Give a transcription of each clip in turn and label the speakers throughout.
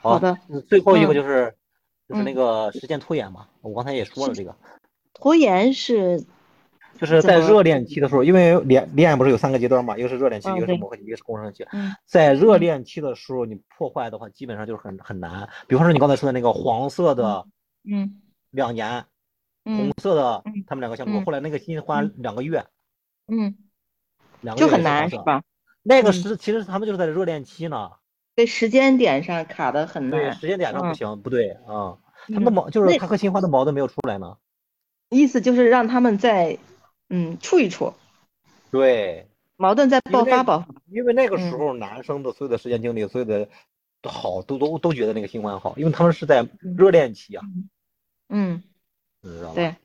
Speaker 1: 好
Speaker 2: 的。
Speaker 1: 啊最后
Speaker 2: 嗯
Speaker 1: 一个就是就是那个实践拖延嘛，我刚才也说了这个，
Speaker 2: 拖延是
Speaker 1: 就是在
Speaker 2: 怎么
Speaker 1: 热恋期的时候，因为恋恋爱不是有三个阶段嘛，一个是热恋期，
Speaker 2: 嗯
Speaker 1: 一个是
Speaker 2: 对
Speaker 1: 磨合期，一个是共生期。
Speaker 2: 嗯
Speaker 1: 在热恋期的时候，你破坏的话，基本上就是很很难。比方说你刚才说的那个黄色的
Speaker 2: 嗯
Speaker 1: 两年，红
Speaker 2: 嗯
Speaker 1: 色的
Speaker 2: 嗯
Speaker 1: 他们两个相处，
Speaker 2: 嗯
Speaker 1: 后来那个新欢两个月，
Speaker 2: 嗯，
Speaker 1: 两个
Speaker 2: 就
Speaker 1: 月
Speaker 2: 很
Speaker 1: 也是黄
Speaker 2: 难是
Speaker 1: 色？
Speaker 2: 吧？
Speaker 1: 那
Speaker 2: 嗯
Speaker 1: 个是其实他们就是在热恋期呢，
Speaker 2: 对时间点上卡的很
Speaker 1: 对
Speaker 2: 难。
Speaker 1: 时间点上不
Speaker 2: 嗯
Speaker 1: 行，不对啊，他们的
Speaker 2: 嗯
Speaker 1: 矛就是
Speaker 2: 那
Speaker 1: 他和新欢的矛盾没有出来呢。
Speaker 2: 嗯意思就是让他们再嗯处一处，
Speaker 1: 对，
Speaker 2: 矛盾再
Speaker 1: 因为
Speaker 2: 爆
Speaker 1: 那
Speaker 2: 发爆发。
Speaker 1: 因为那个
Speaker 2: 嗯
Speaker 1: 时候男生的所有的时间精力，所有的好都都都觉得那个新欢好，因为他们是在热恋期啊，
Speaker 2: 嗯，
Speaker 1: 你知道吧？
Speaker 2: 对，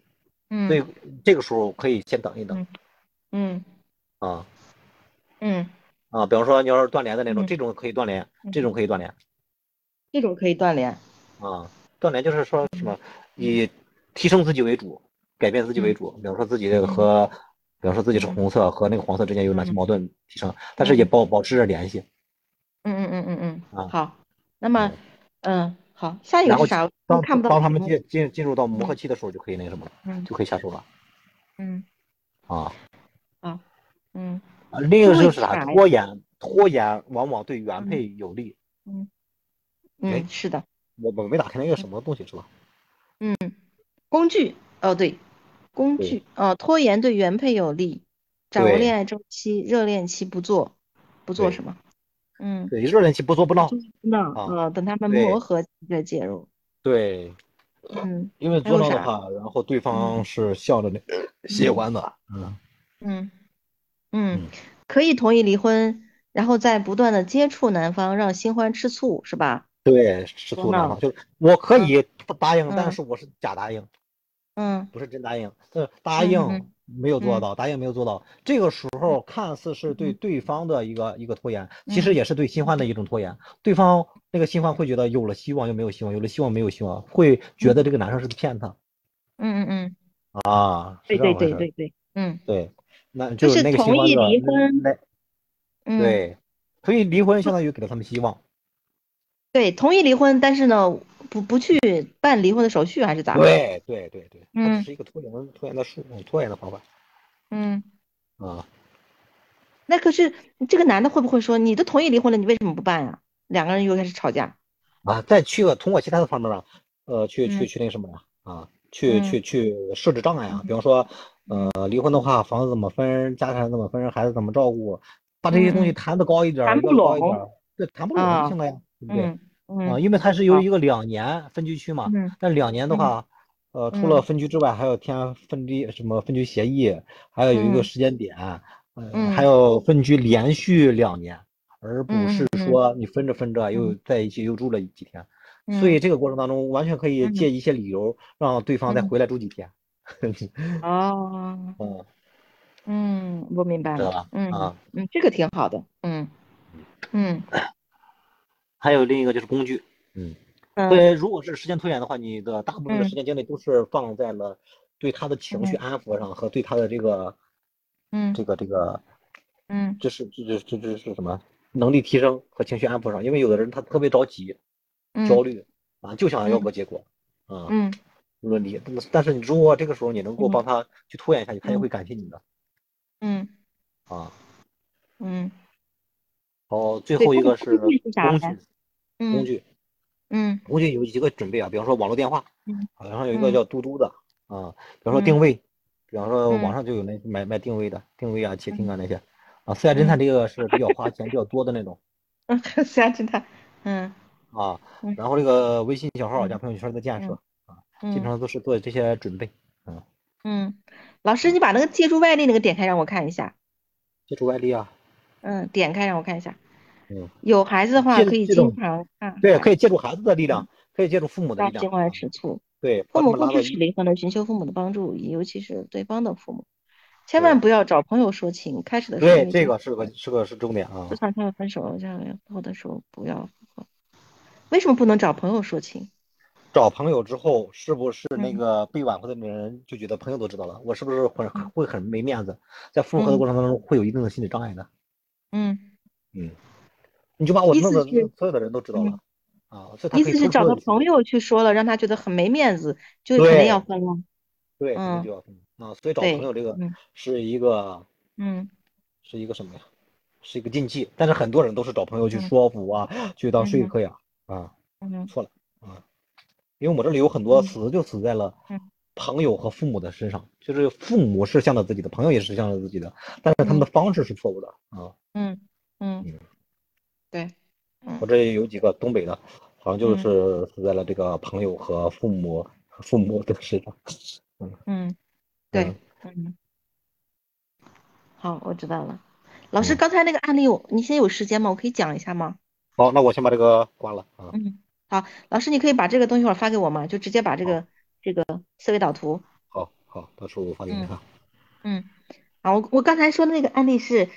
Speaker 2: 嗯，
Speaker 1: 所以这个时候可以先等一等
Speaker 2: 嗯
Speaker 1: 啊
Speaker 2: 嗯，
Speaker 1: 啊，比方说你要是断联的那种，
Speaker 2: 嗯
Speaker 1: 这种可以断联
Speaker 2: 嗯，
Speaker 1: 这种可以断联
Speaker 2: 这种可以断联。
Speaker 1: 啊，断联就是说
Speaker 2: 嗯
Speaker 1: 什么以提升自己为主，改变自
Speaker 2: 嗯
Speaker 1: 己为主，比方说自己这个和。比方说自己是红色和那个黄色之间有哪些
Speaker 2: 嗯
Speaker 1: 矛盾提升，但是也保保持着联系。
Speaker 2: 嗯嗯嗯嗯嗯，
Speaker 1: 啊
Speaker 2: 好，那么
Speaker 1: 嗯
Speaker 2: 嗯好，下一个
Speaker 1: 然后
Speaker 2: 是啥？我
Speaker 1: 当
Speaker 2: 看不到嗯
Speaker 1: 当他们
Speaker 2: 屏幕
Speaker 1: 进进进入到磨合期的时候，就可以那个什么了，
Speaker 2: 嗯
Speaker 1: 就可以下手了
Speaker 2: 嗯
Speaker 1: 啊。
Speaker 2: 嗯
Speaker 1: 啊另一个
Speaker 2: 多
Speaker 1: 就是
Speaker 2: 一
Speaker 1: 啥？
Speaker 2: 点
Speaker 1: 拖延，拖延往往对原配有利。哎
Speaker 2: 嗯，是的，
Speaker 1: 我我没打开那个什么东西是吧？
Speaker 2: 工具哦对，工具哦，拖延对原配有利，掌握
Speaker 1: 对
Speaker 2: 恋爱周期，热恋期不做不做
Speaker 1: 对
Speaker 2: 什么？嗯，
Speaker 1: 对，热恋期不做不闹。
Speaker 2: 那
Speaker 1: 啊
Speaker 2: 呃，等他们
Speaker 1: 对
Speaker 2: 磨合期再介入。
Speaker 1: 对，
Speaker 2: 嗯
Speaker 1: 因为
Speaker 2: 还有
Speaker 1: 做闹的
Speaker 2: 啥
Speaker 1: 话，然后对方是笑着那喜欢的。嗯，
Speaker 2: 嗯嗯
Speaker 1: 嗯，
Speaker 2: 可以同意离婚，然后再不断的接触男方，让新欢吃醋，是吧？
Speaker 1: 对，吃醋
Speaker 2: 多
Speaker 1: 男
Speaker 2: 闹
Speaker 1: 方就是我可以不答应，但
Speaker 2: 嗯
Speaker 1: 是我是假答应，
Speaker 2: 嗯
Speaker 1: 不是真答应，是答
Speaker 2: 嗯
Speaker 1: 应
Speaker 2: 嗯
Speaker 1: 没有做
Speaker 2: 嗯
Speaker 1: 到，答应没有做到。这个时候看似是对
Speaker 2: 嗯
Speaker 1: 对方的一个一个拖延，
Speaker 2: 嗯
Speaker 1: 其实也是对新欢的一种拖延。对方那个新欢会觉得有了希望又没有希望，有了希望没有希望，会觉得这个男生是骗他
Speaker 2: 嗯嗯嗯，
Speaker 1: 啊。
Speaker 2: 对
Speaker 1: 是这
Speaker 2: 对
Speaker 1: 样回
Speaker 2: 对
Speaker 1: 事
Speaker 2: 对对，嗯
Speaker 1: 对，那
Speaker 2: 就
Speaker 1: 就是那个
Speaker 2: 同
Speaker 1: 新欢
Speaker 2: 意
Speaker 1: 的
Speaker 2: 离婚
Speaker 1: 那
Speaker 2: 嗯。
Speaker 1: 对，所以离婚相当于给了他们希望。
Speaker 2: 对，同意离婚，但是呢，不不去办离婚的手续还是咋？，
Speaker 1: 对对对对，它
Speaker 2: 嗯
Speaker 1: 只是一个拖延拖延的术，拖延的方法
Speaker 2: 嗯，
Speaker 1: 啊。
Speaker 2: 那可是这个男的会不会说，你都同意离婚了，你为什么不办呀、两个人又开始吵架。
Speaker 1: 啊，再去个通过其他的方面吧，呃，去去
Speaker 2: 嗯
Speaker 1: 去那什么呀，啊，去
Speaker 2: 嗯
Speaker 1: 去去设置障碍啊，比方说，呃，离婚的话，房子怎么分，家产怎么分，孩子怎么照顾，把这些东西
Speaker 2: 嗯
Speaker 1: 谈得高一点儿，
Speaker 2: 谈不
Speaker 1: 要高一
Speaker 2: 拢
Speaker 1: 点儿，对，谈不拢
Speaker 2: 啊
Speaker 1: 就行了呀，对不啊对？
Speaker 2: 嗯
Speaker 1: 啊，
Speaker 2: 嗯
Speaker 1: 因为它是由
Speaker 2: 好
Speaker 1: 一个两年分居区嘛，
Speaker 2: 嗯
Speaker 1: 那两年的
Speaker 2: 嗯
Speaker 1: 话，呃，除了
Speaker 2: 嗯
Speaker 1: 分居之外，还要签分居什么分居协议，还要有一个
Speaker 2: 嗯
Speaker 1: 时间点，呃，还
Speaker 2: 嗯
Speaker 1: 要分居连续两年，而不
Speaker 2: 嗯
Speaker 1: 是
Speaker 2: 嗯
Speaker 1: 说你分着分着又
Speaker 2: 嗯
Speaker 1: 在一起又住了几天。
Speaker 2: 嗯，
Speaker 1: 所以这个过程当中，完全可以
Speaker 2: 嗯
Speaker 1: 借一些理由让对方再
Speaker 2: 嗯
Speaker 1: 回来住几天。
Speaker 2: 哦，
Speaker 1: 嗯，
Speaker 2: 嗯，我明白
Speaker 1: 知道
Speaker 2: 了，
Speaker 1: 吧？
Speaker 2: 嗯
Speaker 1: 啊，
Speaker 2: 嗯，这个挺好的，嗯嗯
Speaker 1: 还有另一个就是工具。
Speaker 2: 嗯
Speaker 1: 对，如果是时间推演的话，你的大部分的
Speaker 2: 嗯
Speaker 1: 时间精力都是放在了对他的情绪安抚上和对他的这个
Speaker 2: 嗯
Speaker 1: 这个这个，
Speaker 2: 嗯
Speaker 1: 这是这这这这是什么？能力提升和情绪安抚上，因为有的人他特别着急、焦
Speaker 2: 嗯
Speaker 1: 虑啊，就想要个结果啊，
Speaker 2: 嗯
Speaker 1: 无论你，但是你如果这个时候你能够帮他去拖延一下，他也
Speaker 2: 嗯
Speaker 1: 会感谢你的
Speaker 2: 嗯
Speaker 1: 啊。
Speaker 2: 嗯，
Speaker 1: 好，最
Speaker 2: 对
Speaker 1: 后一
Speaker 2: 工
Speaker 1: 个是
Speaker 2: 工具是啥嗯
Speaker 1: 工
Speaker 2: 来
Speaker 1: 具，工具，
Speaker 2: 嗯
Speaker 1: 工具有几个准备啊，比方说网络电话
Speaker 2: 嗯，
Speaker 1: 好像有一个
Speaker 2: 嗯
Speaker 1: 叫嘟嘟的啊，比方说
Speaker 2: 嗯
Speaker 1: 定位，比方说
Speaker 2: 嗯
Speaker 1: 网上就有那买卖定位的，定位啊、窃听啊那些，啊，私家侦探这个是比较花钱比较多的那种
Speaker 2: 嗯，私家侦探，嗯
Speaker 1: 啊
Speaker 2: 嗯，
Speaker 1: 然后这个微信小号加朋友圈的建设，
Speaker 2: 嗯。
Speaker 1: 经常都是做这些准备，
Speaker 2: 嗯，老师，你把那个借助外力那个点开让我看一下。
Speaker 1: 借助外力啊，
Speaker 2: 嗯，点开让我看一下。
Speaker 1: 嗯，
Speaker 2: 有孩子的话
Speaker 1: 借
Speaker 2: 可以
Speaker 1: 借助
Speaker 2: 经常看，
Speaker 1: 对，
Speaker 2: 以
Speaker 1: 可以借助孩子的力量，可以借助父母的
Speaker 2: 让
Speaker 1: 力
Speaker 2: 新
Speaker 1: 量，
Speaker 2: 婚
Speaker 1: 啊
Speaker 2: 来吃醋。
Speaker 1: 对，
Speaker 2: 父
Speaker 1: 把他
Speaker 2: 母
Speaker 1: 们
Speaker 2: 不
Speaker 1: 拉到
Speaker 2: 支
Speaker 1: 一
Speaker 2: 持离婚的，寻求父母的帮助，尤其是对方的父母。千
Speaker 1: 对
Speaker 2: 万不要找朋友说情，开始的时候因
Speaker 1: 对，
Speaker 2: 为
Speaker 1: 这
Speaker 2: 经
Speaker 1: 个是个是个是重点啊
Speaker 2: 不，想他们分手，这样后的时候不要复合。为什么不能找朋友说情？
Speaker 1: 找朋友之后，是不是那
Speaker 2: 嗯
Speaker 1: 个被挽回的人就觉得朋友都知道了，我是不是很
Speaker 2: 嗯
Speaker 1: 会很没面子？在复合的过程当中会有一定的心理障碍的。
Speaker 2: 嗯，
Speaker 1: 嗯，你就把我
Speaker 2: 意
Speaker 1: 弄
Speaker 2: 思
Speaker 1: 得
Speaker 2: 是嗯
Speaker 1: 所有的人都知道了。啊，这他
Speaker 2: 意
Speaker 1: 可以
Speaker 2: 思是
Speaker 1: 通
Speaker 2: 找
Speaker 1: 过
Speaker 2: 个
Speaker 1: 你
Speaker 2: 朋友去说了，让他觉得很没面子，就肯定要分了。
Speaker 1: 对，可能
Speaker 2: 嗯
Speaker 1: 就要分啊，所以找
Speaker 2: 对
Speaker 1: 朋友这个
Speaker 2: 嗯
Speaker 1: 是一个
Speaker 2: 嗯
Speaker 1: 是一个什么呀？是一个禁忌，但是很多人都是找朋友去
Speaker 2: 嗯
Speaker 1: 说服啊，去当说
Speaker 2: 嗯
Speaker 1: 客呀啊，
Speaker 2: 嗯
Speaker 1: 错了啊，因为我这里有很多
Speaker 2: 嗯
Speaker 1: 词就死在了
Speaker 2: 嗯
Speaker 1: 朋友和父母的身上，就是父母是向着自己的，朋友也是向着自己的，但是他们的方式是错误的啊。
Speaker 2: 嗯嗯
Speaker 1: 嗯，
Speaker 2: 对，
Speaker 1: 我这有几个东北的，好像就
Speaker 2: 嗯
Speaker 1: 是死在了这个朋友和父母父母的身上。
Speaker 2: 嗯对
Speaker 1: 嗯，
Speaker 2: 嗯，好，我知道了。老师，
Speaker 1: 嗯
Speaker 2: 刚才那个案例我，你现在有时间吗？我可以讲一下吗？
Speaker 1: 好，那我先把这个关了啊。
Speaker 2: 嗯，好，老师，你可以把这个东西一会儿发给我吗？就直接把这
Speaker 1: 好
Speaker 2: 个这个思维导图。
Speaker 1: 好好，到时候我发给你
Speaker 2: 嗯
Speaker 1: 看。
Speaker 2: 嗯，啊，我我刚才说的那个案例是